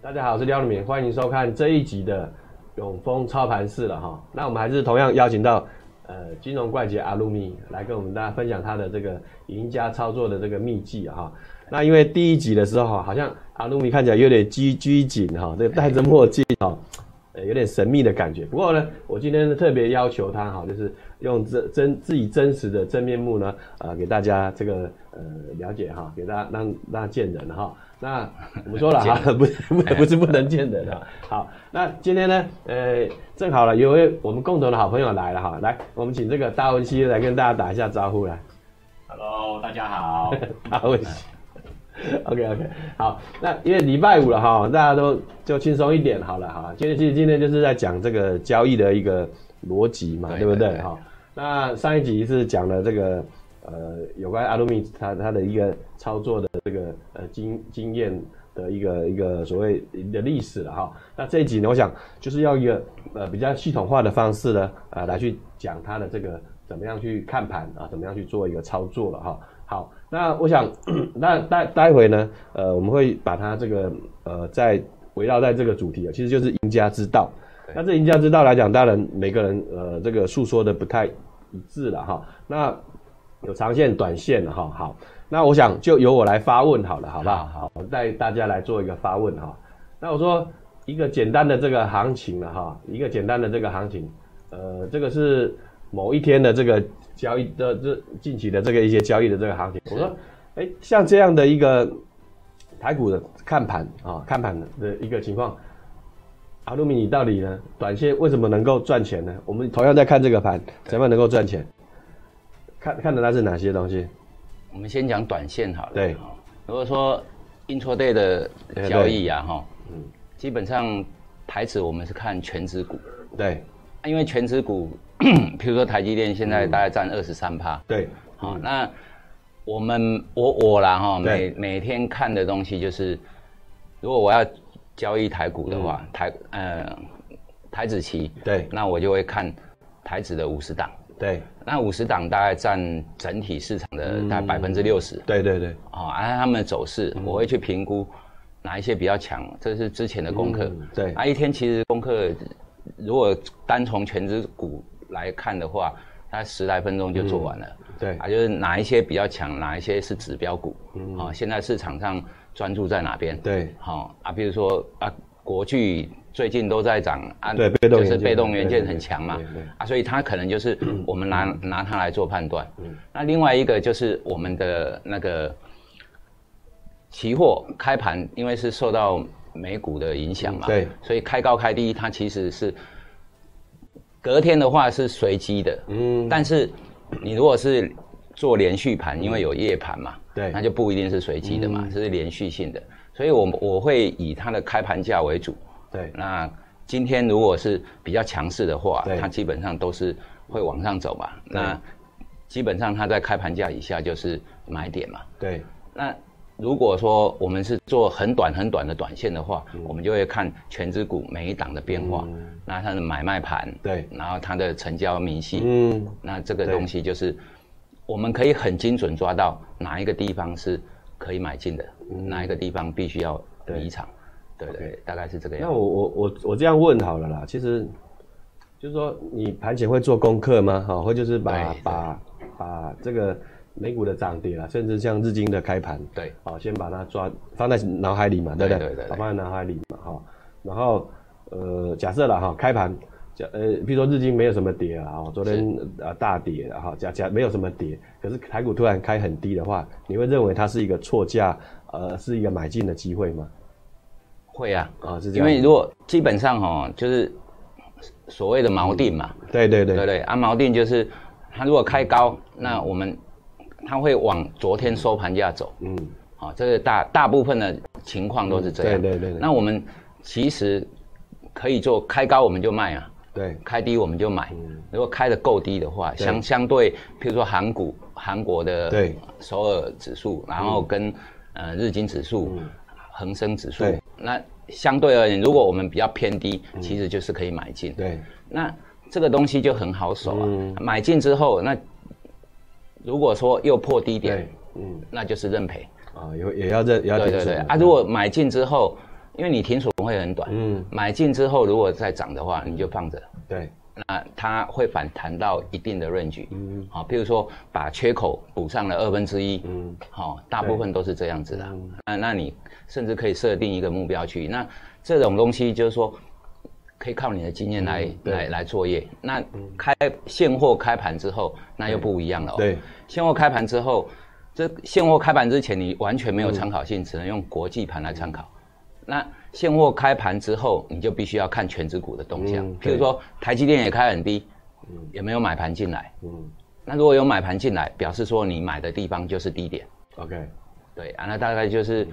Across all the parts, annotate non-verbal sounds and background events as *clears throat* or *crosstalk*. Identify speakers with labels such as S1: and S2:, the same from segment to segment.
S1: 大家好，我是廖立敏，欢迎收看这一集的永丰操盘室了哈。那我们还是同样邀请到呃金融怪杰阿鲁米来跟我们大家分享他的这个赢家操作的这个秘籍啊哈。那因为第一集的时候哈，好像阿鲁米看起来有点拘拘谨哈，这个戴着墨镜哈，呃有点神秘的感觉。不过呢，我今天特别要求他哈，就是用真真自己真实的真面目呢，呃给大家这个呃了解哈，给大家让让他见人哈。那我们说了哈， *laughs* 不是不是不是不能见人啊。好，那今天呢，呃，正好了，有位我们共同的好朋友来了哈，来，我们请这个达文西来跟大家打一下招呼来，
S2: Hello，大家
S1: *laughs*
S2: 好。
S1: 达文西。OK OK，好，那因为礼拜五了哈，大家都就轻松一点好了哈。今天其实今天就是在讲这个交易的一个逻辑嘛，
S2: 对
S1: 对不对
S2: 对对
S1: 哈？那上一集是讲了这个呃有关阿鲁米他他的一个操作的这个呃经经验的一个一个所谓的历史了哈。那这一集呢，我想就是要一个呃比较系统化的方式呢，呃来去讲他的这个怎么样去看盘啊，怎么样去做一个操作了哈。好，那我想 *clears throat* 那待待会呢，呃，我们会把它这个呃在围绕在这个主题啊，其实就是赢家之道。
S2: 对
S1: 那这赢家之道来讲，当然每个人呃这个诉说的不太一致了哈。那有长线、短线的哈。好，那我想就由我来发问好了，好不好？好，我带大家来做一个发问哈。那我说一个简单的这个行情了哈，一个简单的这个行情，呃，这个是某一天的这个交易的这近期的这个一些交易的这个行情。我说，哎，像这样的一个台股的看盘啊，看盘的一个情况。阿鲁米，你到底呢？短线为什么能够赚钱呢？我们同样在看这个盘，怎么样能够赚钱？看看的它是哪些东西？
S2: 我们先讲短线好了。
S1: 对
S2: 哦，如果说 intraday 的交易啊，哈，
S1: 嗯
S2: 基本上台指我们是看全指股，
S1: 对
S2: 啊因为全指股， *clears throat* 譬如说台积电现在大概占二十三趴，
S1: 对
S2: 好，那我们我我啦哈，
S1: 对
S2: 每每天看的东西就是，如果我要交易台股的话，
S1: 嗯
S2: 台呃台指期，
S1: 对
S2: 那我就会看台指的五十档。
S1: 对
S2: 那五十档大概占整体市场的
S1: 嗯
S2: 大概百分之六十
S1: 对对对，
S2: 啊，按他们的走势，
S1: 嗯
S2: 我会去评估哪一些比较强，这是之前的功课。
S1: 嗯对
S2: 啊，一天其实功课如果单从全指股来看的话，它十来分钟就做完了。
S1: 嗯对嗯
S2: 啊，就是哪一些比较强，哪一些是指标股，啊，现在市场上专注在哪边？
S1: 对
S2: 好、啊，比如说啊，国巨最近都在涨啊，
S1: 对被动
S2: 就是
S1: 元件
S2: 被动元件
S1: 对对
S2: 很强嘛
S1: 对对，
S2: 啊，所以它可
S1: *clears throat*
S2: 能就是我们拿、拿它来做判断。
S1: 嗯
S2: 那另外一个就是我们的那个期货开盘，因为是受到美股的影响嘛，
S1: 嗯对，
S2: 所以开高开低，它其实是隔天的话是随机的，
S1: 嗯
S2: 但是你如果是做连续盘，因为有夜盘嘛，
S1: 对
S2: 那就不一定是随机的
S1: 嗯
S2: 嘛，这是连续性的。所以我，我会以它的开盘价为主。
S1: 对
S2: 那今天如果是比较强势的话
S1: 对，
S2: 它基本上都是会往上走嘛。那基本上它在开盘价以下就是买点嘛。
S1: 对
S2: 那如果说我们是做很短很短的短线的话，
S1: 嗯
S2: 我们就会看全指股每一档的变化，那它的买卖盘，
S1: 对，
S2: 然后它的成交明细，
S1: 嗯
S2: 那这个
S1: 对
S2: 东西就是我们可以很精准抓到哪一个地方是可以买进的，
S1: 嗯
S2: 哪一个地方必须要离场，对不对，大概是这个样
S1: 那
S2: 子。
S1: 我我我我这样问好了啦，其实就是说你盘前会做功课吗？哈、或就是把
S2: 对对
S1: 把把这个美股的涨跌啦，甚至像日经的开盘，
S2: 对
S1: 好，先把它抓放在脑海里嘛，对不对？
S2: 对对对对
S1: 好放在脑海里嘛，哈、然后呃，假设了哈，开盘，假呃，比如说日经没有什么跌啊，哦，昨天呃大跌了哈，假假没有什么跌，可是台股突然开很低的话，你会认为它是一个错价，呃，是一个买进的机会吗？
S2: 会啊，
S1: 啊，是这
S2: 因
S1: 样。
S2: 为如果基本上哦，就是所谓的锚定嘛，
S1: 对对对
S2: 对不对？啊，锚定就是它如果开高，
S1: 嗯
S2: 那我们它会往昨天收盘价走，
S1: 嗯，
S2: 好、这个大大部分的情况都是这样。
S1: 嗯对对对对
S2: 那我们其实可以做开高我们就卖啊，
S1: 对
S2: 开低我们就买。
S1: 嗯
S2: 如果开的够低的话，相相对，譬如说韩股、韩国的
S1: 对嗯
S2: 首尔指数，然后跟、呃日经指数、恒生指数
S1: 对，嗯
S2: 那相对而言，如果我们比较偏低，其实就是可以买进。
S1: 对嗯
S2: 那这个东西就很好手啊，买进之后，那如果说又破低点
S1: 对，，嗯
S2: 那就是认赔。
S1: 啊，也会也要认也要
S2: 对
S1: 停
S2: 对
S1: 损
S2: 对
S1: 嘛
S2: 啊！如果买进之后，因为你停损会很短，
S1: 嗯，
S2: 买进之后如果再涨的话，你就放着，
S1: 对，
S2: 那它会反弹到一定的 range，
S1: 嗯
S2: 好，譬如说把缺口补上了二分之一，
S1: 嗯
S2: 好、大部分都是这样子的
S1: 嗯。
S2: 那那你甚至可以设定一个目标区，那这种东西就是说，可以靠你的经验来、
S1: 嗯对嗯
S2: 来来作业。那开现货开盘之后，那又不一样了、哦。
S1: 对，
S2: 现货开盘之后，这现货开盘之前你完全没有参考性，只能用国际盘来参考。
S1: 嗯
S2: 那现货开盘之后，你就必须要看全指股的动向。
S1: 嗯
S2: 譬
S1: 对
S2: 如说，台积电也开很低，也没有买盘进来。
S1: 嗯
S2: 那如果有买盘进来，表示说你买的地方就是低点，
S1: ，OK，
S2: 对啊，那大概
S1: 嗯
S2: 就是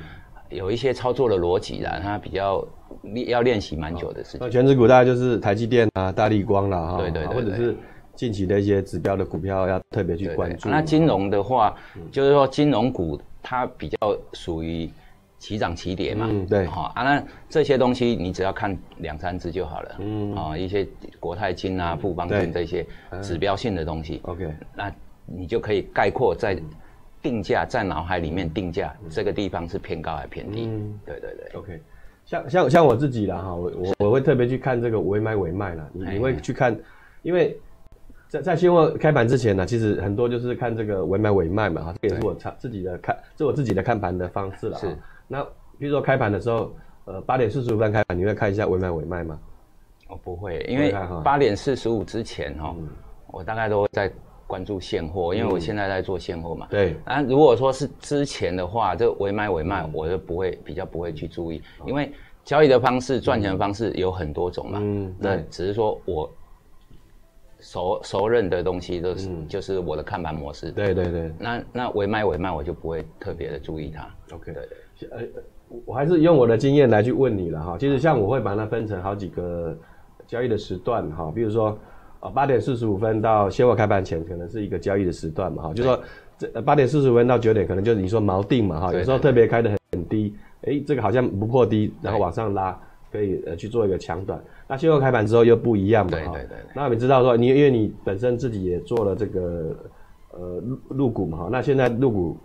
S2: 有一些操作的逻辑啦，它比较练要练习蛮久的事情。
S1: 那全指股大概就是台积电啊、大力光啦，哈，
S2: 对对对
S1: 或者
S2: 对
S1: 是近期的一些指标的股票要特别去
S2: 对啊
S1: 关注。嗯
S2: 那金融的话，就是说金融股它比较属于起涨起跌嘛，
S1: 嗯对
S2: 好、啊，那这些东西你只要看两三只就好了，嗯，啊、一些国泰金啊、富
S1: 嗯
S2: 邦
S1: 对嗯
S2: 金这些指标性的东西，
S1: OK，
S2: 那你就可以概括在定价在脑海里面定价、这个地方是偏高还偏低，
S1: 嗯
S2: 对对对。
S1: OK，像像像我自己啦哈，我我我会特别去看这个尾买尾卖啦，你
S2: 哎
S1: 你会去看，因为在在新货开盘之前呢，其实很多就是看这个尾买尾卖嘛哈，这个也是我常自己的看，这我自己的看盘的方式了。
S2: 是，
S1: 那比如说开盘的时候，呃，八点四十五分开盘，你会看一下尾买尾卖吗？
S2: 我哦不会，因
S1: 不会嗯
S2: 为
S1: 看哈
S2: 八点四十五之前哈、哦，我大概都会在关注现货，因为
S1: 嗯
S2: 我现在在做现货嘛。
S1: 对
S2: 啊，如果说是之前的话，这尾买尾
S1: 嗯
S2: 卖，我就不会比较不会去注意，因为交易的方式、赚钱的方式有很多种嘛。
S1: 嗯
S2: 嗯，那
S1: 对
S2: 只是说我熟熟认的东西，就是、就是我的看盘模式。
S1: 嗯对对对
S2: 那那尾卖尾卖，我就不会特别的注意它。
S1: ，OK
S2: 对对。
S1: 呃，我我还是用我的经验来去问你了哈。其实像我会把它分成好几个交易的时段哈，比如说啊八点四十五分到现货开盘前可能是一个交易的时段嘛哈，就说这呃八点四十五分到九点可能就是你说锚定嘛哈，
S2: 对
S1: 有时候特别开的很很低，诶，这个好像不破低，然后往上拉。可以呃去做一个强短，那现货开盘之后又不一样嘛
S2: 对
S1: 哈
S2: 对对对
S1: 那你知道说你因为你本身自己也做了这个呃入入股嘛哈，那现在入股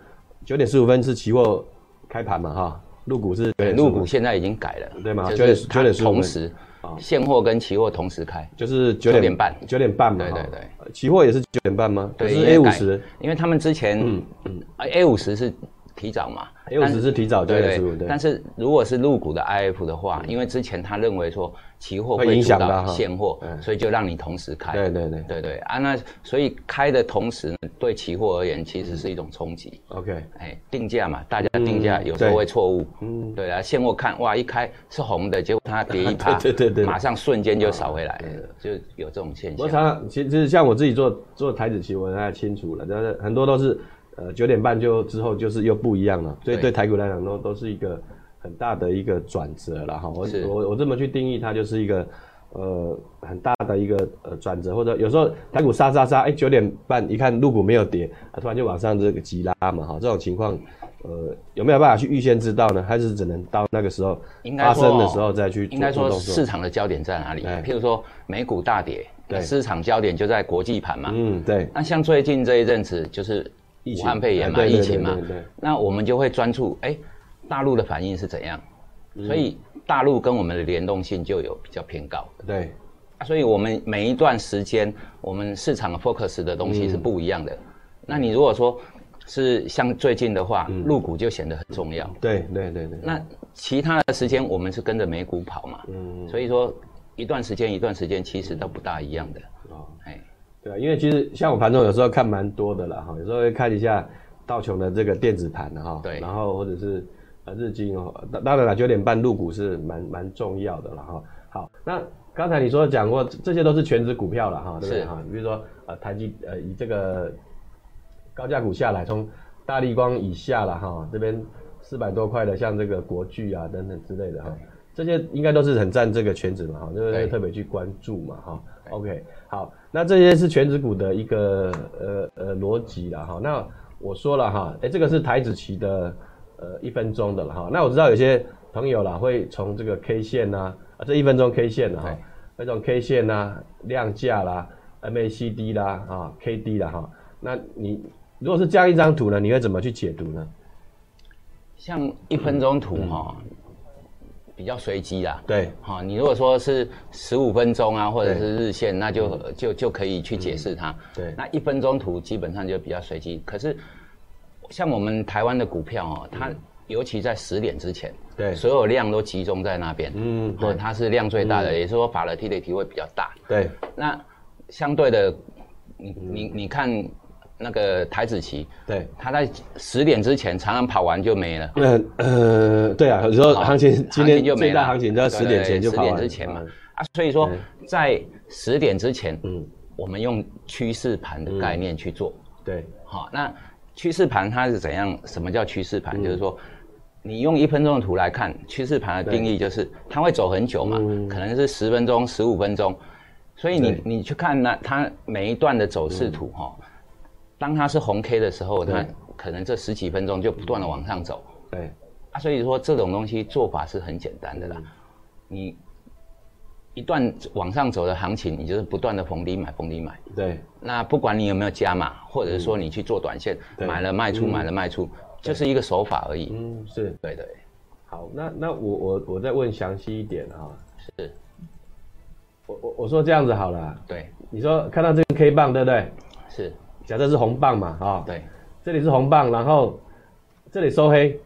S1: 九点十五分是期货开盘嘛哈，入股是
S2: 对，
S1: 9:15
S2: 入股现在已经改了，
S1: 对嘛
S2: 就是
S1: 9点
S2: 它
S1: 15
S2: 同时，
S1: 啊
S2: 现货跟期货同时开，
S1: 就是九点
S2: 9:30
S1: 九点半嘛，
S2: 对对
S1: 哈
S2: 对，
S1: 呃期货也是九点半吗？可
S2: 对，
S1: 是
S2: 因为
S1: A 五
S2: 改
S1: 十，
S2: 因为他们之前，A 五十是提早嘛
S1: 嗯 A 五十是提早九
S2: 对
S1: 点十五，
S2: 对
S1: 对，嗯
S2: 但是如果是入股的 IF 的话，因为之前他认为说期货
S1: 会
S2: 会
S1: 影响
S2: 主
S1: 到
S2: 导
S1: 哈
S2: 现货，
S1: 嗯
S2: 所以就让你同时开，
S1: 对对对
S2: 对对啊，那所以开的同时呢，对期货而言其实是一种冲击。
S1: ，OK，
S2: 哎，定价嘛，大家定价有时候
S1: 对
S2: 会错误。嗯，对啊，现货看哇，一开是红的，结果它跌
S1: *laughs*
S2: 一趴，
S1: 对对对对啊
S2: 马上瞬间就扫回来，就有这种现
S1: 我
S2: 象。
S1: 常常其实像我自己做做台子期，我大概清楚了，但是很多都是呃九点半就之后就是又不一样了，所以
S2: 对
S1: 对台股来讲都都是一个很大的一个转折了哈。我
S2: 是
S1: 我我这么去定义它就是一个呃很大的一个呃转折，或者有时候台股杀杀杀，哎九点半一看入股没有跌，它突然就往上这个急拉嘛哈，这种情况呃有没有办法去预先知道呢？还是只能到那个时候
S2: 应该
S1: 发
S2: 说
S1: 生的时候再去做
S2: 应该
S1: 做
S2: 说
S1: 动作
S2: 市场的焦点在哪里
S1: 哎？
S2: 譬如说美股大跌，
S1: 对
S2: 市场焦点就在国际盘嘛。
S1: 嗯对
S2: 那像最近这一阵子就是
S1: 疫
S2: 武
S1: 情
S2: 汉肺炎
S1: 哎
S2: 嘛，
S1: 对对
S2: 疫情嘛
S1: 对对对，
S2: 那我们就会专注哎，大陆的反应是怎样？
S1: 嗯
S2: 所以大陆跟我们的联动性就有比较偏高。啊
S1: 对
S2: 所以我们每一段时间，我们市场 focus 的东
S1: 嗯
S2: 西是不一样的。那你如果说是像最近的话，
S1: 嗯
S2: 入股就显得很重要。
S1: 对对对对。
S2: 那其他的时间我们是跟着美股跑嘛，
S1: 嗯
S2: 所以说一段时间一段时间其实都不大一样的。
S1: 哦
S2: 哎，
S1: 对啊，因为其实像我盘中有时候看蛮多的了哈，有时候会看一下道琼的这个电子盘的哈，
S2: 对
S1: 然后或者是呃日经哦，当当然了，九点半入股是蛮蛮重要的了哈。好，那刚才你说讲过，这这些都是全职股票了哈，对不对
S2: 是
S1: 哈？比如说呃台积呃以这个高价股下来，从大力光以下了哈，这边四百多块的，像这个国巨啊等等之类的哈，这些应该都是很占这个全职嘛哈，就是会
S2: 对
S1: 特别去关注嘛哈。OK，好，那这些是全职股的一个呃呃逻辑了哈。那我说了哈，哎、这个是台子期的呃一分钟的了哈。那我知道有些朋友啦会从这个 K 线呐、啊，这一分钟 K 线的哈
S2: 对，
S1: 那种 K 线呐、啊量价啦、MACD 啦、啊 KD 啦哈。那你如果是这样一张图呢，你会怎么去解读呢？
S2: 像一分钟图哈、比较随机啦。
S1: 对，
S2: 好、你如果说是十五分钟啊，或者是日线，那就、就就可以去解释它。
S1: 对
S2: 那一分钟图基本上就比较随机。可是像我们台湾的股票哦，它尤其在十点之前，
S1: 对
S2: 所有量都集中在那边，
S1: 嗯
S2: 哦，它是量最大的，也就是说法人替的体会比较大。
S1: 对，
S2: 那相对的，你你你看那个台子棋，
S1: 对。
S2: 它在十点之前常常跑完就没了。
S1: 那呃，对啊，有时候行情今
S2: 行情
S1: 天
S2: 就没
S1: 最
S2: 了
S1: 大行情都要十点前就跑
S2: 十点
S1: 完
S2: 之前嘛
S1: 嗯。
S2: 啊，所以说在十点之前，嗯，我们用趋势盘的概念去做。
S1: 对
S2: 好，那趋势盘它是怎样？什么叫趋势
S1: 嗯
S2: 盘？就是说，你用一分钟的图来看，趋势盘的定义就是它会走很久嘛，可能是十分钟、十五分钟。所以
S1: 嗯
S2: 你
S1: 对嗯
S2: 你去看那它每一段的走势图哈、当它是红 K 的时候，它可能这十几分钟就不断的往上走。
S1: 对
S2: 啊，所以说这种东西做法是很简单的啦。
S1: 嗯
S2: 你一段往上走的行情，你就是不断的逢低买，逢低买。
S1: 对
S2: 那不管你有没有加码，或者说你去做短线，
S1: 嗯对
S2: 买了卖出，买了卖出，就是一个手法而已。
S1: 嗯，是
S2: 对对，
S1: 好。那那我我我再问详细一点啊、
S2: 是，
S1: 我我我说这样子好了，啊
S2: 对，
S1: 你说看到这个 K 棒对不对？
S2: 是，
S1: 假设是红棒嘛，啊、
S2: 对，
S1: 这里是红棒，然后这里收黑，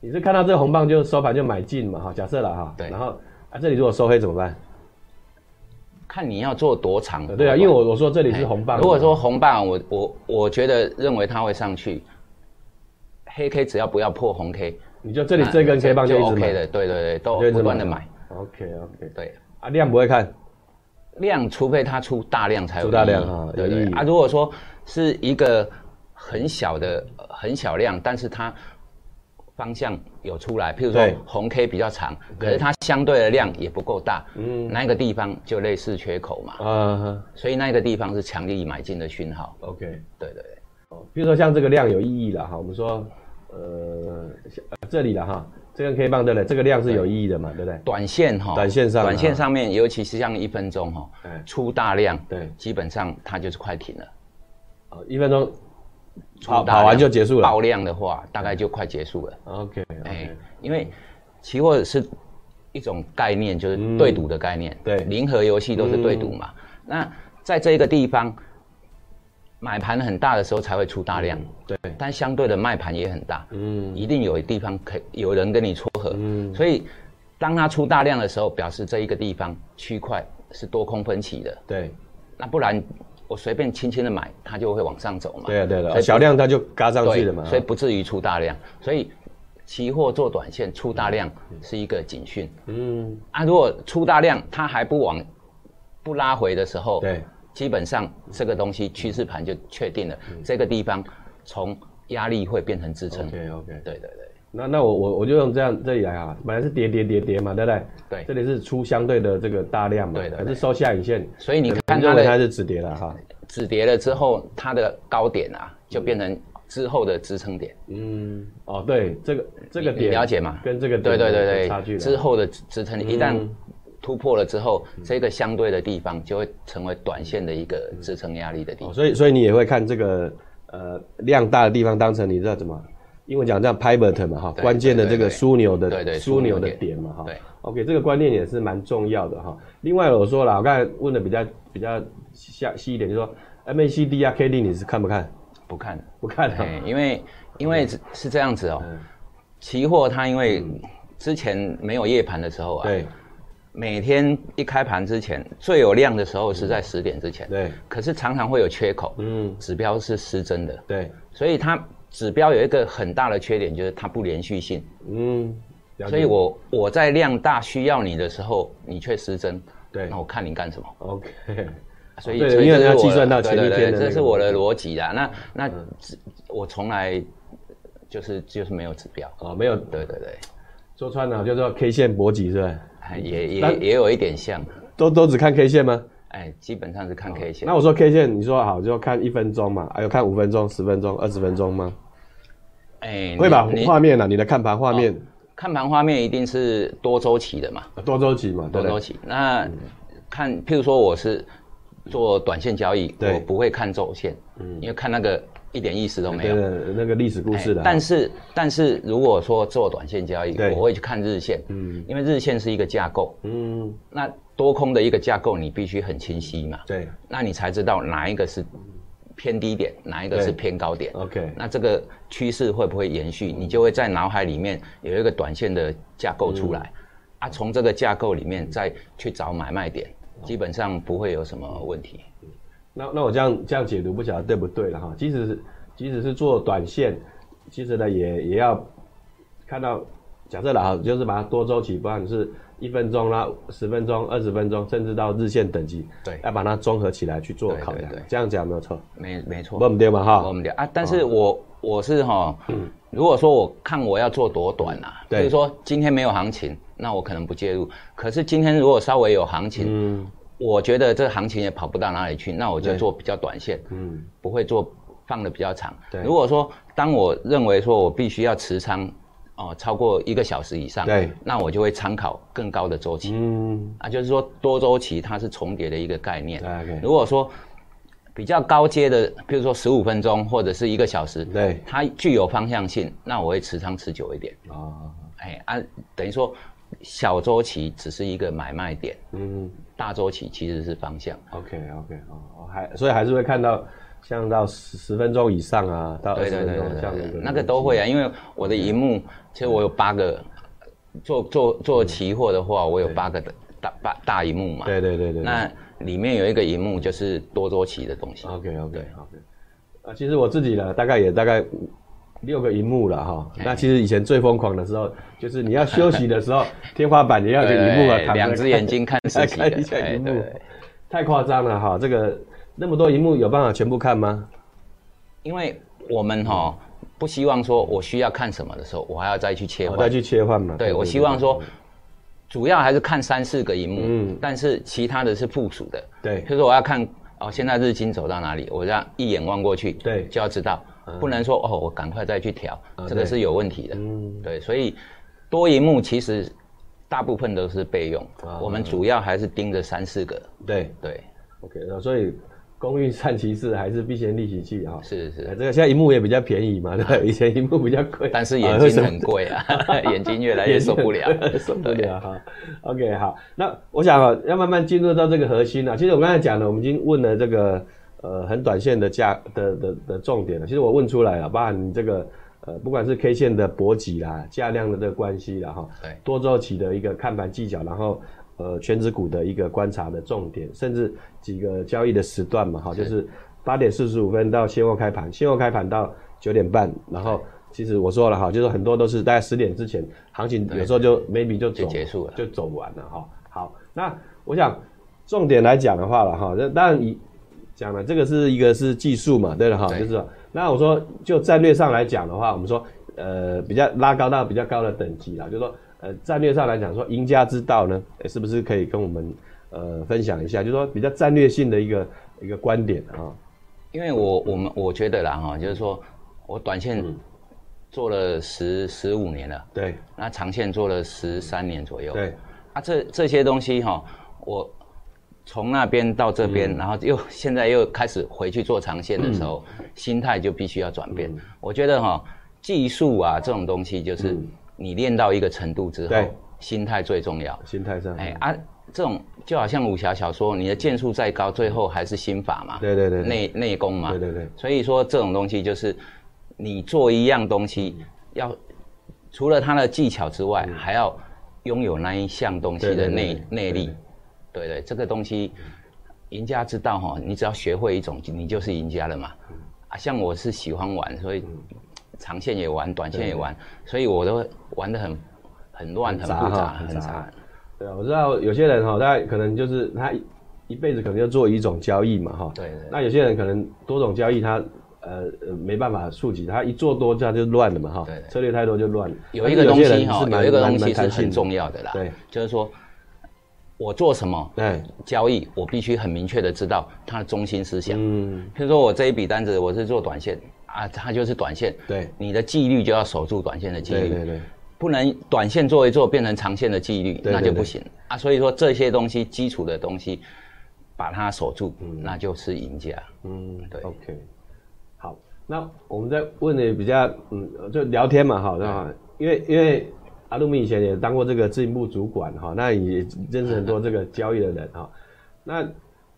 S1: 你是看到这个红棒就收盘就买进嘛，哈、假设了哈、
S2: 对
S1: 然后啊，这里如果收黑怎么办？
S2: 看你要做多长
S1: 呃。对啊，因为我我说这里是红棒嘛，
S2: 哎如果说红棒，我我我觉得认为它会上去，黑 K 只要不要破红 K，
S1: 你就这里这根 K 棒就
S2: 哎就
S1: 一直
S2: OK
S1: 买
S2: 的，对对对，都
S1: 就一直
S2: 哦不断的买，
S1: OK OK
S2: 对。
S1: 啊，量不会看，
S2: 量，除非它出大量才有
S1: 出大
S2: 意义
S1: 量啊
S2: 对
S1: 有
S2: 不对
S1: 意义
S2: 啊。如果说是一个很小的呃很小量，但是它方向有出来，譬如说
S1: 对
S2: 红 K 比较长，可
S1: 对
S2: 是它相对的量也不够大，嗯，那个地方就类似缺口嘛，
S1: 啊
S2: 所以那个地方是强力买进的讯号。
S1: ，OK。
S2: 对对对，
S1: 哦，比如说像这个量有意义了哈，我们说，呃，像呃这里了哈，这根 K 棒对不对？这个量是有意义的嘛，对不对？
S2: 短线哈，
S1: 短线上啊
S2: 短线上面，尤其是像一分钟哈
S1: 对，
S2: 出大量，
S1: 哎对
S2: 基本上它就是快停了。
S1: 哦，一分钟
S2: 出
S1: 跑
S2: 大量
S1: 跑完就结束了
S2: 爆。量的话，大概就快结束了。
S1: OK
S2: 哎
S1: OK，，
S2: 因为期货是一种概念，就是对赌的概念。
S1: 嗯对嗯
S2: 零和游戏都是对赌嘛。那在这个地方，买盘很大的时候才会出大量，
S1: 对，
S2: 但相对的卖盘也很大，
S1: 嗯，
S2: 一定有地方可以有人跟你撮合。所以当它出大量的时候，表示这一个地方区块是多空分歧的，
S1: 对
S2: 那不然。我随便轻轻的买，它就会往上走嘛。
S1: 对啊对
S2: 所以
S1: 了，
S2: 不
S1: 小量它就嘎上去
S2: 对
S1: 了嘛。
S2: 所以不至于出大量。所以期货做短线出大量是一个警讯
S1: 嗯，
S2: 啊。如果出大量它还不往不拉回的时候，
S1: 对，
S2: 基本上这个东西趋势盘就确定了，这个地方从压力会变成支撑。
S1: 嗯 OK OK，
S2: 对对对
S1: 那那我我我就用这样这里来啊，本来是叠叠叠叠嘛，对不对？
S2: 对
S1: 这里是出相对的这个大量嘛，
S2: 对对
S1: 还
S2: 对
S1: 是收下影线？
S2: 所以你看
S1: 认
S2: 它
S1: 为它
S2: 的
S1: 是止跌了哈。
S2: 止跌了之后，它的高点啊就变成之后的支撑点，
S1: 嗯，哦，对，这个这个
S2: 你
S1: 点
S2: 你了解吗？
S1: 跟这个
S2: 对
S1: 点
S2: 对
S1: 有
S2: 对
S1: 差距嗯了
S2: 对，之后的支支撑一旦突破了之后，
S1: 嗯
S2: 这个相对的地方就会成为短线的一个支撑压力的地
S1: 哦，
S2: 方。
S1: 所以所以你也会看这个呃量大的地方当成你知道怎么英文讲叫 pivot 嘛哈，
S2: 对
S1: 关键的这个
S2: 对对
S1: 枢纽的
S2: 对对
S1: 枢纽的
S2: 枢纽点
S1: 点嘛哈
S2: 对。
S1: OK，这个观念也是蛮重要的哈。另外我说了，我刚才问的比较比较下细一点，就是说 MACD 啊 KD 你是看不看？嗯
S2: 不看，
S1: 不看啊。
S2: 哎，因为因为是是这样子哦，期货它因为之前没有夜盘的时候啊，
S1: 嗯对
S2: 每天一开盘之前最有量的时候是在十点之前，
S1: 嗯对，
S2: 可是常常会有缺口，
S1: 嗯，
S2: 指标是失真的，
S1: 对，
S2: 所以它指标有一个很大的缺点就是它不连续性。
S1: 嗯，了解
S2: 所以我我在量大需要你的时候，你却失真，
S1: 对
S2: 那我看你干什么？
S1: OK，
S2: 所以
S1: 对
S2: 所以
S1: 因为
S2: 这是
S1: 要
S2: 我
S1: 计算
S2: 的
S1: 到前一
S2: 对对对
S1: 天的那嗯
S2: 这
S1: 个
S2: 是我的逻辑啦。那那指我从来就是就是没有指标，
S1: 哦，没有
S2: 对对对，
S1: 说穿了就说 K 线搏击是吧？
S2: 哎也
S1: 那
S2: 也也有一点像，
S1: 都都只看 K 线吗？
S2: 哎，基本上是看 K 线
S1: 哦那。我说 K 线，你说好就看一分钟嘛，还有看五分钟、十分钟、二十分钟吗？
S2: 哎，
S1: 会吧
S2: 你，你
S1: 画面啊，你的看盘画面、
S2: 看盘画面一定是多周期的嘛，
S1: 多周期嘛，对嗯
S2: 哦多
S1: 不
S2: 周
S1: 对？
S2: 期。那看，譬如说我是做短线交易，
S1: 对嗯
S2: 我不会看周线，因为看那个一点意思都没
S1: 对
S2: 有。
S1: 对，那个历史故事的哈，
S2: 哎但是但是如果说做短线交易
S1: 对，
S2: 我会去看日线，嗯，因为日线是一个架构，
S1: 嗯，
S2: 那多空的一个架构你必须很清晰嘛，
S1: 对
S2: 那你才知道哪一个是偏低点，哪一个
S1: 对
S2: 是偏高点。
S1: ，OK，
S2: 那这个趋势会不会延续？你就会在脑海里面有一个短线的架构出来，
S1: 嗯
S2: 啊，从这个架构里面再去找买卖点，基本上不会有什么问题。
S1: 嗯那那我这样这样解读不晓得对不对了哈。即使是即使是做短线，其实呢也也要看到，假设了哈，就是把它多周期，不管是一分钟啦、十分钟、二十分钟，甚至到日线等级，
S2: 对
S1: 要把它综合起来去做
S2: 对对
S1: 考量
S2: 对。
S1: 这样讲没有错，
S2: 没没错，
S1: 不对嘛
S2: 我
S1: 哈？
S2: 们聊啊，但是我、我是哈，如果说我看我要做多短啊，
S1: 嗯对
S2: 比如说今天没有行情，那我可能不介入。可是今天如果稍微有行情，
S1: 嗯
S2: 我觉得这行情也跑不到哪里去，那我就
S1: 对
S2: 做比较短线，
S1: 嗯，
S2: 不会做放的比较长
S1: 对。
S2: 如果说当我认为说我必须要持仓哦、超过一个小时以上，
S1: 对
S2: 那我就会参考更高的周期。
S1: 嗯
S2: 啊，就是说多周期它是重叠的一个概念。
S1: ，OK，
S2: 如果说比较高阶的，比如说十五分钟或者是一个小时，
S1: 对
S2: 它具有方向性，那我会持仓持久一点。
S1: 啊，
S2: 哎啊，等于说小周期只是一个买卖点，
S1: 嗯
S2: 大周期其实是方向。
S1: ，OK OK，哦，还所以还是会看到。像到十十分钟以上啊，到二
S2: 对
S1: 十
S2: 对
S1: 分
S2: 对
S1: 钟，
S2: 对
S1: 像嗯
S2: 对，那个都会啊，因为我的荧幕，其实我有八个，做做做期货的话，我有八个的大大大荧幕嘛。
S1: 嗯对对对对。对
S2: 那里面有一个荧幕就是多周期的东西。
S1: OK OK OK，啊，其实我自己呢，大概也大概五六个荧幕了
S2: 哎
S1: 哈。那其实以前最疯狂的时候，就是你要休息的时
S2: *laughs*
S1: 候，天花板也要有
S2: 对
S1: 荧幕啊，
S2: 对
S1: 躺着
S2: 两只眼睛看
S1: 看
S2: 十几个，
S1: 看一下
S2: 哎
S1: 荧
S2: 对
S1: 幕
S2: 对对，
S1: 太夸张了哈。这个那么多荧幕有办法全部看吗？
S2: 因为我们哈、不希望说我需要看什么的时候，我还要再去切
S1: 我
S2: 换。
S1: 再去切换嘛。
S2: 对我希望说，主要还是看三四个荧幕，
S1: 嗯
S2: 但是其他的是附属的。
S1: 对
S2: 比如说我要看哦，现在日经走到哪里，我让一眼望过去，
S1: 对嗯
S2: 就要知道，不能说哦，我赶快再去调，
S1: 啊
S2: 这个
S1: 对
S2: 是有问题的。
S1: 嗯
S2: 对，所以多荧幕其实大部分都是备用，
S1: 啊
S2: 我们主要还是盯着三四个。
S1: 对
S2: 对，
S1: OK，那所以工欲善其事，还是必先利其器哈。
S2: 是是
S1: 哎，这个现在荧幕也比较便宜嘛，对吧，以前荧幕比较贵，
S2: 但是
S1: 啊
S2: 眼
S1: 为什
S2: 睛
S1: 么，
S2: 很贵啊， *laughs* 眼睛越来越受不了
S1: *laughs* 受不
S2: 对
S1: 了哈。OK，好，那我想啊，要慢慢进入到这个核心啊了。其实我刚才讲了，我们已经问了这个呃很短线的价的的的重点了。其实我问出来了，包含你这个呃不管是 K 线的搏击啦、价量的这个关系啦哈，
S2: 对
S1: 多周期的一个看盘技巧，然后。呃，全指股的一个观察的重点，甚至几个交易的时段嘛，哈，就是八点四十五分到现货开盘，现货开盘到九点半，然后其实我说了哈，就是很多都是大概十点之前，行情有时候就 maybe 就走
S2: 就结束了
S1: 就走完了哈。好，那我想重点来讲的话了哈，那当然你讲了这个是一个是技术嘛，对了哈，
S2: 对
S1: 就是说那我说就战略上来讲的话，我们说呃比较拉高到比较高的等级啦，就是说呃战略上来讲说赢家之道呢，呃是不是可以跟我们呃分享一下，就是说比较战略性的一个一个观点啊、
S2: 因为我我们我觉得啦哈，就是说我短线
S1: 嗯
S2: 做了十十五年了，
S1: 对
S2: 那长线做了十三年左右。
S1: 对，
S2: 啊，这这些东西哈、我从那边到这
S1: 嗯
S2: 边，然后又现在又开始回去做长线的时候，
S1: 嗯
S2: 心态就必须要转变。我觉得哈、技术啊这种东西，就是你练到一个程度之后
S1: 嗯对，嗯
S2: 心态最重要。
S1: 心态上，
S2: 哎啊，这种就好像武侠小说，你的剑术再高，最后还是心法嘛，
S1: 对对对对
S2: 内啊内功嘛，
S1: 对对对
S2: 所以说这种东西就是，你做一样东西，
S1: 嗯
S2: 要除了它的技巧之外，还要拥有那一项东西
S1: 对嗯对
S2: 的
S1: 对
S2: 内
S1: 对
S2: 内力，对对，这个东西，赢家之道哈，你只要学会一种，你就是赢家了嘛。
S1: 嗯
S2: 啊，像我是喜欢玩，所以长线也玩，短线也玩，所以我都玩的很很乱、
S1: 很
S2: 很
S1: 杂
S2: 复杂、
S1: 哈很
S2: 很
S1: 杂
S2: 杂。
S1: 对啊，我知道有些人哈、他可能就是他一一辈子可能就做一种交易嘛哈、
S2: 对对
S1: 那有些人可能多种交易他，呃呃没办法触及，他一做多这样就乱了嘛哈、
S2: 对对
S1: 策略太多就乱了。
S2: 有一个东西哈，
S1: 但是些
S2: 有一个
S1: 人蛮
S2: 东西
S1: 蛮
S2: 是
S1: 蛮
S2: 很重
S1: 要。
S2: 要的啦。
S1: 对，
S2: 就是说我做什么
S1: 哎，
S2: 交易，我必须很明确的知道它的中心思想。
S1: 嗯，
S2: 譬如说我这一笔单子我是做短线啊，它就是短线。
S1: 对
S2: 你的纪律就要守住短线的纪
S1: 对
S2: 律，
S1: 对对，
S2: 不能短线做一做变成长线的纪律，
S1: 对
S2: 那就
S1: 对
S2: 不行啊。所以说这些东西基础的东西，把它守住，那就是赢家。
S1: 嗯，
S2: 对
S1: ，OK，好，那我们再问的比较，嗯，就聊天嘛，哈，那因为因为阿鲁米以前也当过这个自营部主管哈，那也认识很多这个交易的人哈，那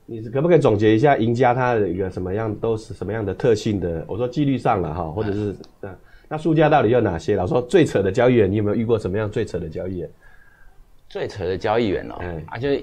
S1: 你可不可以总结一下赢家他的一个什么样都是什么样的特性的？我说纪律上了哈，或者是
S2: 哎
S1: 嗯，那输家到底有哪些？老实说最扯的交易员，你有没有遇过什么样最扯的交易员？
S2: 最扯的交易员哦
S1: 嗯，
S2: 啊，就是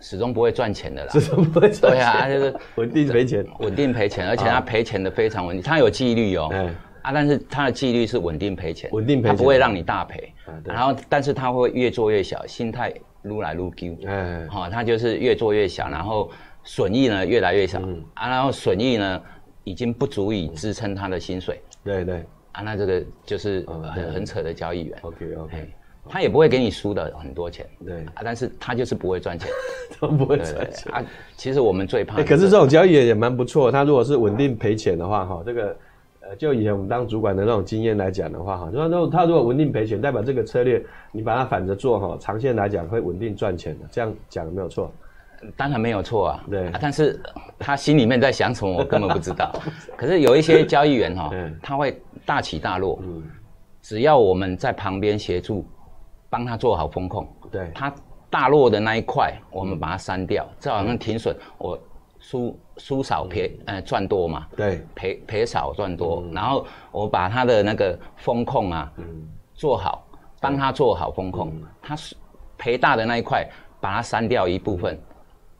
S2: 始终不会赚钱的啦
S1: 这。是不会赚
S2: 对啊，
S1: 钱
S2: 他就是
S1: 稳定赔钱，
S2: 稳定赔钱，而且他赔钱的非常稳定，他有纪律哦。
S1: 嗯
S2: 啊，但是他的纪律是稳定赔钱，
S1: 稳定赔钱
S2: 他不会让你大赔
S1: 啊。对
S2: 然后，但是他会越做越小，心态撸来撸去。
S1: 哎，
S2: 好、它就是越做越小，然后损益呢越来越小、
S1: 嗯
S2: 啊，然后损益呢已经不足以支撑他的薪水
S1: 对对
S2: 啊，那这个就是
S1: 嗯对哦
S2: 很很扯的交易员，
S1: ，OK OK，
S2: 哎，他也不会给你输的很多钱， *laughs*
S1: 对，
S2: 啊，但是他就是不会赚钱，
S1: 都不会
S2: 对
S1: *laughs* 赚钱。
S2: *laughs* 啊，其实我们最怕
S1: 哎、
S2: 的、
S1: 可是这种交易也也蛮不错。他如果是稳定赔钱的话，哈，这个呃，就以前我们当主管的那种经验来讲的话，哈，就说那他如果稳定赔钱，代表这个策略你把它反着做，哈，长线来讲会稳定赚钱的。这样讲有没有错？
S2: 当然没有错啊，
S1: 对
S2: 啊但是他心里面在想什么，我根本不知
S1: *laughs*
S2: 道。可是有一些交易员哈、
S1: 嗯
S2: 他会大起大落，
S1: 嗯
S2: 只要我们在旁边协助，帮他做好风控，
S1: 对，嗯
S2: 它大落的那一块，我们把它删掉，这好像停损，我输输少赔
S1: 嗯
S2: 呃赚多嘛，
S1: 对，
S2: 赔赔少赚多，然后我把它的那个风控啊做好，帮他做好风控，他是赔大的那一块把它删掉一部分，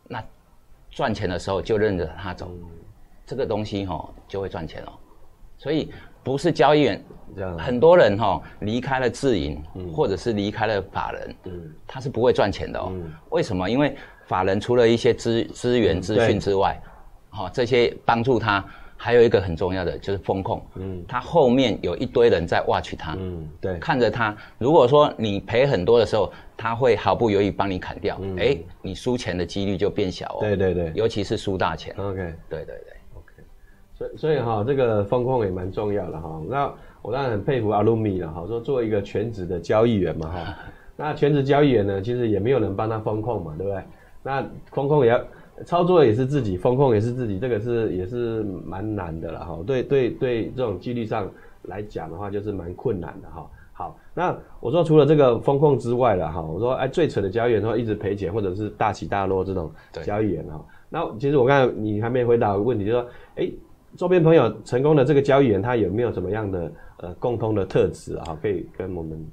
S2: 那赚钱的时候就认着他走，这个东西哦就会赚钱哦，所以不是交易员。
S1: 这样
S2: 很多人哈、离开了自营，或者是离开了法人，他是不会赚钱的哦。
S1: 嗯
S2: 为什么？因为法人除了一些资资源资
S1: 嗯对
S2: 讯之外，好、这些帮助他，还有一个很重要的就是风控。嗯，他后面有一堆人在 watch 他，
S1: 嗯，对，
S2: 看着他。如果说你赔很多的时候，他会毫不犹豫帮你砍掉，哎、你输钱的几率就变小哦。
S1: 嗯对对对
S2: 尤其是输大钱。
S1: ，OK。
S2: 对对对。
S1: 所以所以哈、这个风控也蛮重要的哈、那我当然很佩服阿鲁米了哈，说做一个全职的交易员嘛哈、那全职交易员呢，其实也没有人帮他风控嘛，对不对？那风控也要操作也是自己，风控也是自己，这个是也是蛮难的了哈、对对对，这种纪律上来讲的话，就是蛮困难的哈、好，那我说除了这个风控之外了哈，我说哎最扯的交易员说一直赔钱或者是大起大落这种
S2: 对
S1: 交易员哈，那其实我刚才你还没回答我的问题，就是说哎周边朋友成功的这个交易员，他有没有什么样的呃共通的特质啊？可以跟我们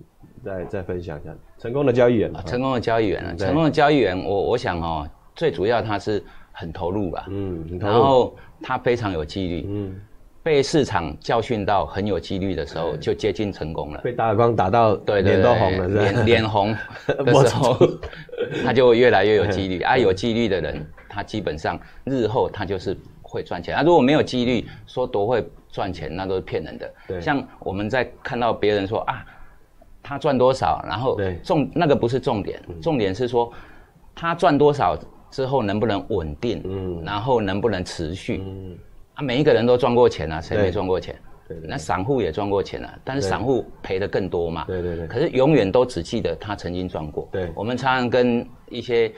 S1: 再再分享一下成功的交易员
S2: 啊，成功的交易员啊，
S1: 嗯对
S2: 成功的交易员，我我想哦，最主要他是很投入吧，
S1: 嗯，你投
S2: 然
S1: 入
S2: 后他非常有纪律，嗯，被市场教训到很有纪律的时候，就接近成功了。
S1: 嗯被打耳光打到
S2: 对对，
S1: 脸都红了，
S2: 对
S1: 是吧 *laughs*
S2: 脸脸红的时候， *laughs* 他就越来越有纪
S1: 嗯
S2: 律啊。有纪律的人，他基本上日后他就是会赚钱啊。如果没有纪律，说多会赚钱，那都是骗人
S1: 对
S2: 的。像我们在看到别人说啊，他赚多少，然后
S1: 对嗯
S2: 重那个不是重点，重点是说他赚多少之后能不能稳定，
S1: 嗯
S2: 然后能不能持续。啊，每一个人都赚过钱啊，谁
S1: 对
S2: 没赚过钱？
S1: 对对
S2: 那散户也赚过钱啊，但是散户赔的更多嘛。
S1: 对对对
S2: 可是永远都只记得他曾经赚过。
S1: 对嗯
S2: 我们常常跟一些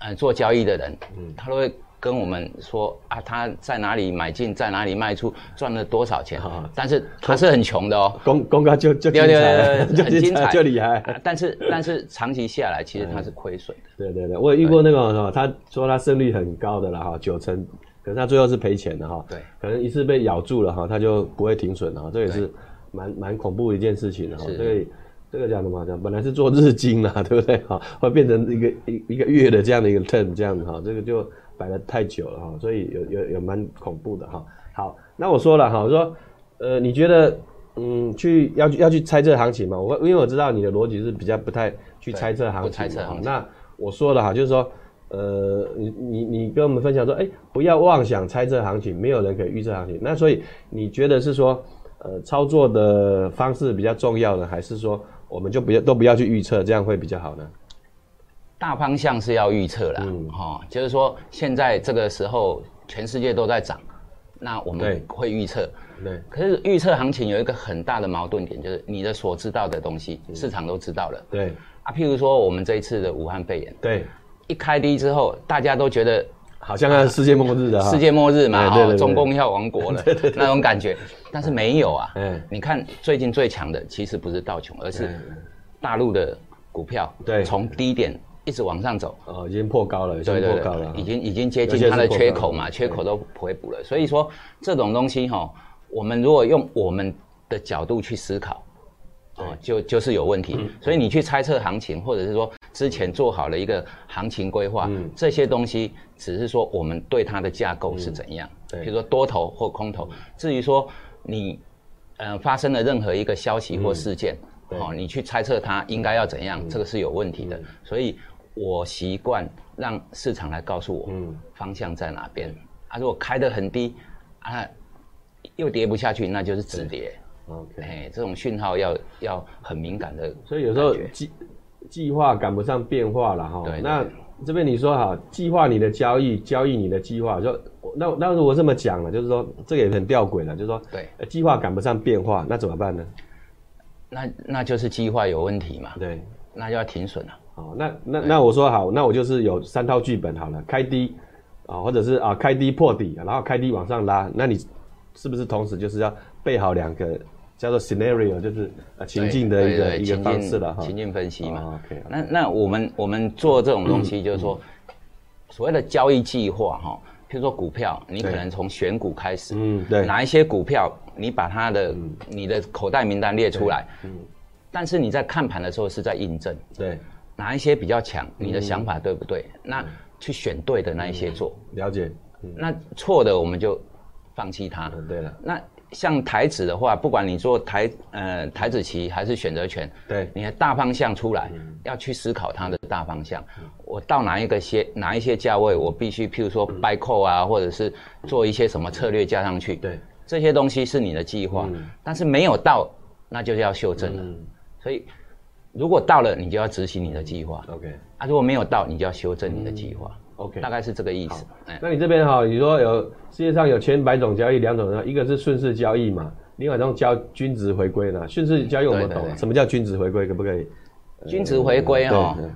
S2: 呃做交易的人，他都会跟我们说啊，他在哪里买进，在哪里卖出，赚了多少钱
S1: 啊，
S2: 但是他是很穷的哦。
S1: 公公告就就精
S2: 对
S1: 彩
S2: 对
S1: 了，
S2: 对对，
S1: 就
S2: 很精彩，
S1: 就厉害。
S2: 啊但是但是长期下来，其实他是亏损的。
S1: 对对对，我也遇过那种哈，他说他胜率很高的了哈，九成，可是他最后是赔钱的哈。
S2: 对，
S1: 可能一次被咬住了哈，他就不会停损了哈，这也是蛮蛮恐怖的一件事情的哈。
S2: 是
S1: 这个这个叫什么？讲本来是做日经啦，对不对哈？ *laughs* 会变成一个一一个月的这样的一个 term 这样子哈，这个就摆了太久了哈，所以有有有蛮恐怖的哈。好，那我说了哈，我说呃，你觉得？嗯，去要去要去猜测行情嘛？我因为我知道你的逻辑是比较不太去猜测行情
S2: 不
S1: 嘛，
S2: 猜测
S1: 哈
S2: 行情
S1: 那我说了哈，就是说，呃，你你你跟我们分享说，哎、不要妄想猜测行情，没有人可以预测行情。那所以你觉得是说，呃，操作的方式比较重要呢，还是说我们就不要都不要去预测，这样会比较好呢？
S2: 大方向是要预测啦，
S1: 嗯
S2: 哦，就是说现在这个时候全世界都在涨，那我
S1: 对
S2: 们会预测。
S1: 对，
S2: 可是预测行情有一个很大的矛盾点，就是你的
S1: 嗯
S2: 所知道的东西，市场都知道了
S1: 对，
S2: 啊。譬如说我们这一次的武汉肺炎，
S1: 对，
S2: 一开低之后，大家都觉得
S1: 好像看世界末日的哈
S2: 世，界末日嘛，
S1: 哎对对
S2: 哦
S1: 对
S2: 中共要
S1: *laughs*
S2: 亡国了那种感觉，但是没有啊
S1: 嗯。
S2: 你看最近最强的其实不是道琼，而是大陆的股票，
S1: 哎对
S2: 从低点一直往上走，
S1: 哦，已经破高了，已经
S2: 对对
S1: 破
S2: 对
S1: 高了，
S2: 已经已经接
S1: 有些
S2: 近
S1: 是
S2: 它的缺
S1: 破
S2: 口
S1: 高
S2: 嘛，
S1: 了
S2: 缺口都回补了。所以说这种东西哈、我们如果用我们的角度去思考，哦，就就是有问
S1: 嗯
S2: 题。所以你去猜测行情，或者是说之前做好了一个行情规划，
S1: 嗯
S2: 这些东西只是说我们对它的架构是怎样，
S1: 对嗯
S2: 比如说多头或空头。至于说你呃发生了任何一个消息或事件，
S1: 嗯对嗯
S2: 哦，你去猜测它应该要怎样，这个是有问题的。所以我习惯让市场来告诉我
S1: 嗯
S2: 方向在哪边。啊，如果开得很低，啊，又跌不下去，那就是止跌。
S1: OK。
S2: 哎，这种讯号要要很敏感的，
S1: 所以有时候
S2: 感觉
S1: 计计划赶不上变化了哈
S2: 对对。
S1: 那这边你说哈，计划你的交易，交易你的计划，说那那如果这么讲了，就是说这个也很吊诡了，就是说
S2: 对，
S1: 呃计划赶不上变化，那怎么办呢？
S2: 那那就是计划有问题嘛，
S1: 对，
S2: 那就要停损了。
S1: 哦，那那那我说好，那我就是有三套剧本好了，开低啊、或者是啊开低破底，然后开低往上拉，那你是不是同时就是要备好两个叫做 scenario，就是呃情境的
S2: 对
S1: 一个
S2: 对对
S1: 一个
S2: 情
S1: 方
S2: 境
S1: 式了哈？
S2: 情境分析嘛。
S1: 哦，OK，
S2: 那那我们我们做这种东西，就是说，所谓的交易计划哈，譬如说股票，你可
S1: 对
S2: 能从选股开始，
S1: 嗯，对，嗯
S2: 哪一些股票你把它的你的口袋名单列出来，但是你在看盘的时候是在印证
S1: 对，
S2: 哪一些比较强，你的想法对不对？
S1: 嗯
S2: 那去选对的那一些做，
S1: 了解，
S2: 那错的我们就放弃它。
S1: 嗯，对了，
S2: 那像台指的话，不管你做台呃台指期还是选择权，
S1: 对，
S2: 你的大方向出来，
S1: 嗯
S2: 要去思考它的大方向。我到哪一个些哪一些价位，我必须譬如说 buy call 啊，
S1: 嗯
S2: 或者是做一些什么策略加上去。
S1: 对，
S2: 这些东西是你的计划，
S1: 嗯
S2: 但是没有到，那就是要修正了。所以如果到了，你就要执行你的计划
S1: ，OK，OK。
S2: 啊；如果没有到，你就要修正你的计
S1: 嗯
S2: 划。大概是这个意思。哎
S1: 那你这边哈、你说有世界上有千百种交易，两种呢，一个是顺势交易嘛，另外一种叫均值回归呢。顺势交易我们
S2: 对对
S1: 懂了，啊
S2: 对
S1: 什么叫均值回归？可不可以？
S2: 均值回归哦
S1: 嗯对对，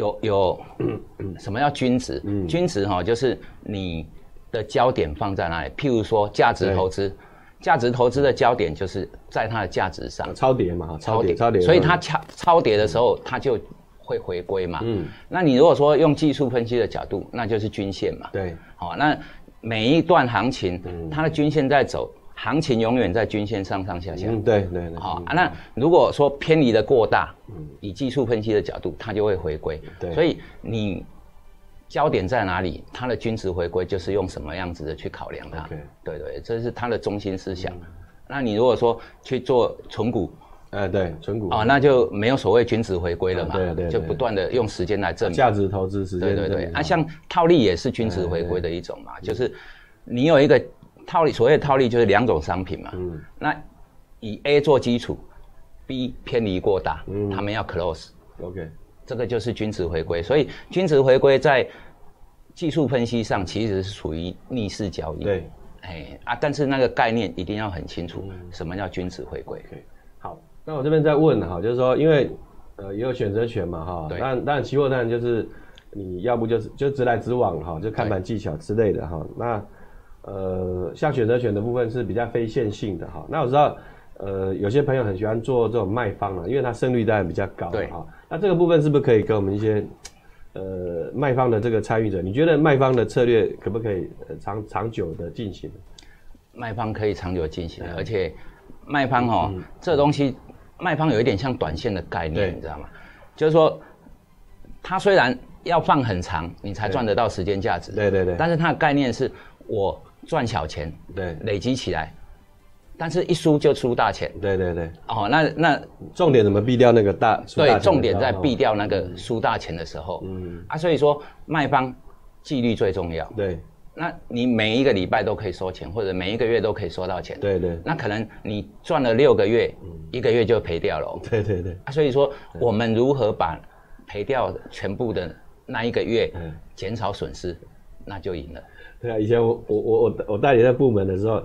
S2: 有有
S1: 嗯
S2: 什么叫均值？均值哈、就是你的焦点放在哪里？譬如说价值投资，价值投资的焦点就是在它的价值上
S1: 啊，超跌嘛，哈超跌，超嗯跌，
S2: 所以它超超跌的时候，它就会回归嘛。
S1: 嗯
S2: 嗯，那你如果说用技术分析的角度，那就是均线嘛。
S1: 对
S2: 好、那每一段行
S1: 嗯
S2: 情，它的均线在走，行情永远在均线上上下下。
S1: 嗯，对对对，
S2: 好、啊，那如果说偏离的过大，以技术分析的角度，它就会回归。
S1: 对
S2: 所以你焦点在哪里，它的均值回归就是用什么样子的去考量它。
S1: OK 嗯
S2: 对对，这是它的中心思想。那你如果说去做纯股
S1: 哎对，纯股
S2: 哦，那就没有所谓均值回归了嘛，
S1: 啊对啊对啊
S2: 就
S1: 对啊
S2: 不断的用时间来证明。
S1: 价值投资时
S2: 对
S1: 间
S2: 对对，哎啊，
S1: 啊，
S2: 像套利也是均值回归的一种嘛，就是你有一个套利，所谓的套利就是两种商品嘛，那以 A 做基础，B 偏离过大，他们要 close，
S1: OK，
S2: 这个就是均值回归，所以均值回归在技术分析上其实是属于逆势交易，，
S1: 对
S2: 哎啊，但是那个概念一定要很清楚，什么叫均值回归？
S1: OK，好，那我这边再问哈，就是说，因为呃也有选择权嘛哈，
S2: 对
S1: 那那期货当然就是你要不就是就直来直往哈，就看盘技巧之类的哈。那呃，像选择权的部分是比较非线性的哈。那我知道呃有些朋友很喜欢做这种卖方啊，因为它胜率当然比较高
S2: 对
S1: 哈。那这个部分是不是可以给我们一些？呃，卖方的这个参与者，你觉得卖方的策略可不可以呃长长久的进行？
S2: 卖方可以长久进行，而且卖方哦，这东西卖方有一点像短线的概
S1: 嗯对
S2: 念，你知道吗？就是说，它虽然要放很长，你才赚得到时间价值，
S1: 对对对
S2: 但是它的概念是我赚小钱
S1: 对
S2: 累积起来，但是一输就输大钱
S1: 对对对，
S2: 哦。那那
S1: 重点怎么避掉那个大？出大
S2: 对，
S1: 钱的嗯
S2: 重点在
S1: 招哈
S2: 避掉那个输大钱的时候，嗯啊，所以说卖方纪律最重要。
S1: 对
S2: 那你每一个礼拜都可以收钱，或者每一个月都可以收到钱，
S1: 对对 *laughs*
S2: 那可能你赚了六个月，
S1: 嗯
S2: 一个月就赔掉了哦、
S1: 对对对，
S2: 啊所以说，我们如何把赔掉的全部的那一个月
S1: 嗯
S2: 减少损失，那就赢了。
S1: 对啊！以前我我我我我代理在部门的时候，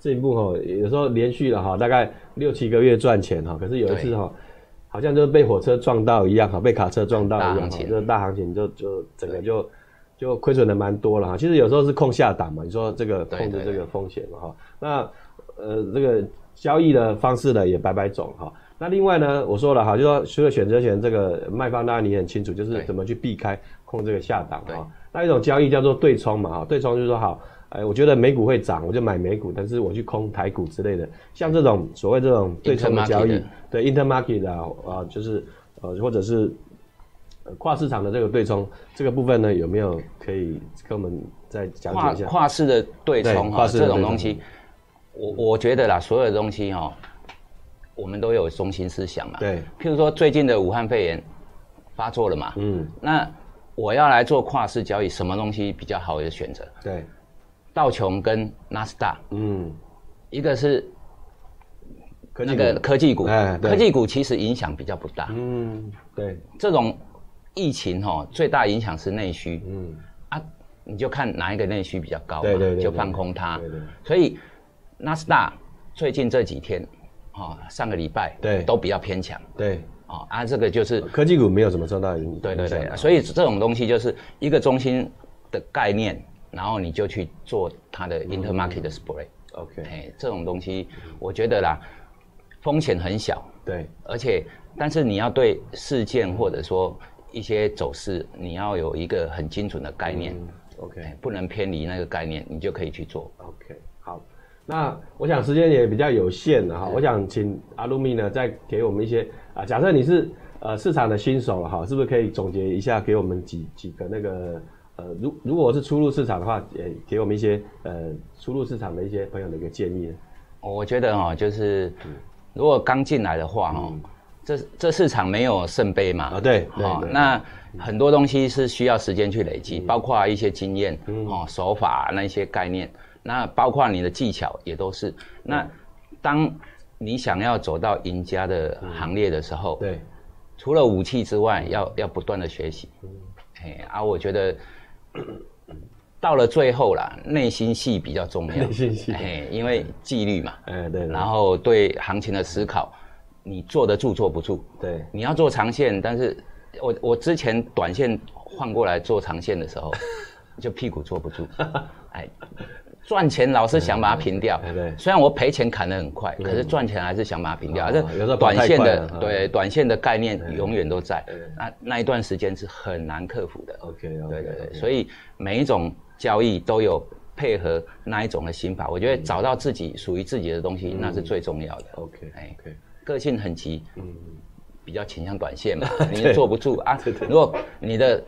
S1: 这一部哈、有时候连续了哈、大概六七个月赚钱哈、可是有一次哈、好像就是被火车撞到一样哈，被卡车撞到一
S2: 大
S1: 样
S2: 行
S1: 哈，
S2: 情
S1: 就是大行情就就整个就就亏损的蛮多了哈。其实有时候是空下档嘛，你说这个
S2: 对
S1: 控制
S2: 对
S1: 这
S2: 对
S1: 个风险嘛哈。那呃这个交易的方式呢也百百种哈。那另外呢，我说了哈，就说除了选择权这个卖方，当然你也很清楚，就是
S2: 对
S1: 怎么去避开控这个下档
S2: 对
S1: 哈。那一种交易叫做对冲嘛哈，对冲就是说好，哎，我觉得美股会涨，我就买美股，但是我去空台股之类的。像这种所谓这种对冲的交
S2: Intermarket
S1: 易
S2: 的，
S1: 对 intermarket 的啊啊，就是呃或者是呃跨市场的这个对冲这个部分呢，有没有可以跟我们再讲
S2: 跨
S1: 解一下？
S2: 跨市的对
S1: 对
S2: 冲
S1: 跨
S2: 哈，
S1: 市的对
S2: 这种
S1: 冲
S2: 东西，我我觉得啦，所有的东西哈，我们都有中心思想嘛。
S1: 对，
S2: 譬如说最近的武汉肺炎发作了嘛，
S1: 嗯，
S2: 那我要来做跨市交易，什么东西比较好的选择？
S1: 对，
S2: 道琼跟纳斯达，
S1: 嗯，
S2: 一个是
S1: 科技
S2: 那
S1: 股
S2: 个科技股
S1: 哎，对
S2: 科技股其实影响比较不大。
S1: 嗯，对，
S2: 这种疫情哈，最大影响是内需
S1: 嗯，
S2: 啊，你就看哪一个内需比较高嘛，
S1: 对对对
S2: 就
S1: 对
S2: 放空它
S1: 对对。
S2: 所以纳斯达最近这几天，哦，上个礼拜
S1: 对
S2: 都比较偏强
S1: 对，
S2: 哦啊，这个就是
S1: 科技股没有什么受到影
S2: 对对
S1: 影
S2: 对，
S1: 响
S2: 所以这种东西就是一个中心的概念，然后你就去做它
S1: 嗯
S2: 的 intermarket 的 spread，
S1: ，OK，
S2: 哎，这种东西我觉得啦，风险很小，
S1: 对，
S2: 而且，但是你要对事件或者说一些走势，你要有一个很精准的概念，
S1: 嗯，OK
S2: 哎。不能偏离那个概念，你就可以去做。
S1: OK，好，那我想时间也比较有限了哈，我想请阿鲁米呢再给我们一些啊，假设你是呃市场的新手了哈，是不是可以总结一下，给我们几几个那个呃，如如果是初入市场的话，也给我们一些呃初入市场的一些朋友的一个建议呢？
S2: 我觉得哦，就是
S1: 嗯
S2: 如果刚进来的话哦，这这市场没有圣杯嘛哦
S1: 啊对对对嗯
S2: 那很多东西是需要时间去累积，包括一些经验、哦、手法那一些概念，那包括你的技巧也都是。
S1: 嗯
S2: 那当你想要走到赢家的行列的时候，
S1: 对，
S2: 除了武器之外，要要不断的学习。
S1: 嗯
S2: 哎，啊，我觉得到了最后啦，内心戏比较重要。
S1: 内心戏
S2: 哎，因为纪律嘛，
S1: 哎对，
S2: 然后对行情的思考，你坐得住坐不住。
S1: 对
S2: 你要做长线，但是我我之前短线换过来做长线的时候，
S1: *laughs*
S2: 就屁股坐不住，哎，赚钱老是想把它平掉
S1: 对对，
S2: 虽然我赔钱砍得很快，可是赚钱还是想把它平掉，
S1: 哦
S2: 而且
S1: 有时候跑
S2: 短
S1: 太
S2: 线
S1: 快
S2: 的
S1: 了啊
S2: 对短线的概念永远都在
S1: 对，
S2: 那那一段时间是很难克服的。
S1: ，OK，
S2: 对对对，
S1: 以
S2: 所以每一种交易都有配合那一种的心法，我觉得找到自己属于自己的东西，那是最重要的。
S1: OK
S2: 哎
S1: OK，
S2: 个性很急，
S1: 嗯，
S2: 比较倾向短线嘛，你坐
S1: *laughs*
S2: 不住啊。如果你的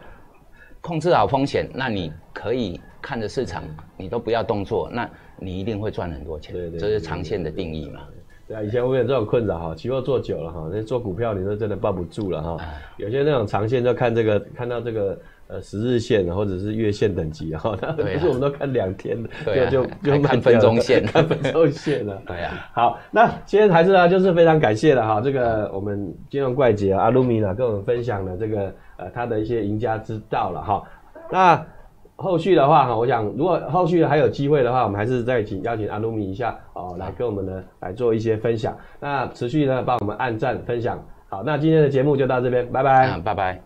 S2: 控制好风险，那你可以看着市场，你都不要动作，那你一定会赚很多钱。
S1: 对对
S2: 这是长线的定义嘛。
S1: 对啊，以前我有这种困扰哈，期货做久了哈，那做股票你都真的抱不住了哈。
S2: 哎
S1: 有些那种长线就看这个，看到这个呃十日线或者是月线等级哈，那
S2: 对啊
S1: 不是我们都看两天的，
S2: 对啊
S1: 就就就
S2: 还看
S1: 慢
S2: 分钟线
S1: *laughs* 看分钟线
S2: *laughs*
S1: 了。哎
S2: 对啊，
S1: 好，那今天还是啊，就是非常感谢了哈，这个我们金融怪杰啊阿鲁米呢跟我们分享了这个呃他的一些赢家之道了哈。那后续的话哈，我想如果后续还有机会的话，我们还是再请邀请阿鲁米一下哦，来跟我们呢来做一些分享。那持续呢帮我们按赞分享。好，那今天的节目就到这边，拜拜。
S2: 嗯，拜拜。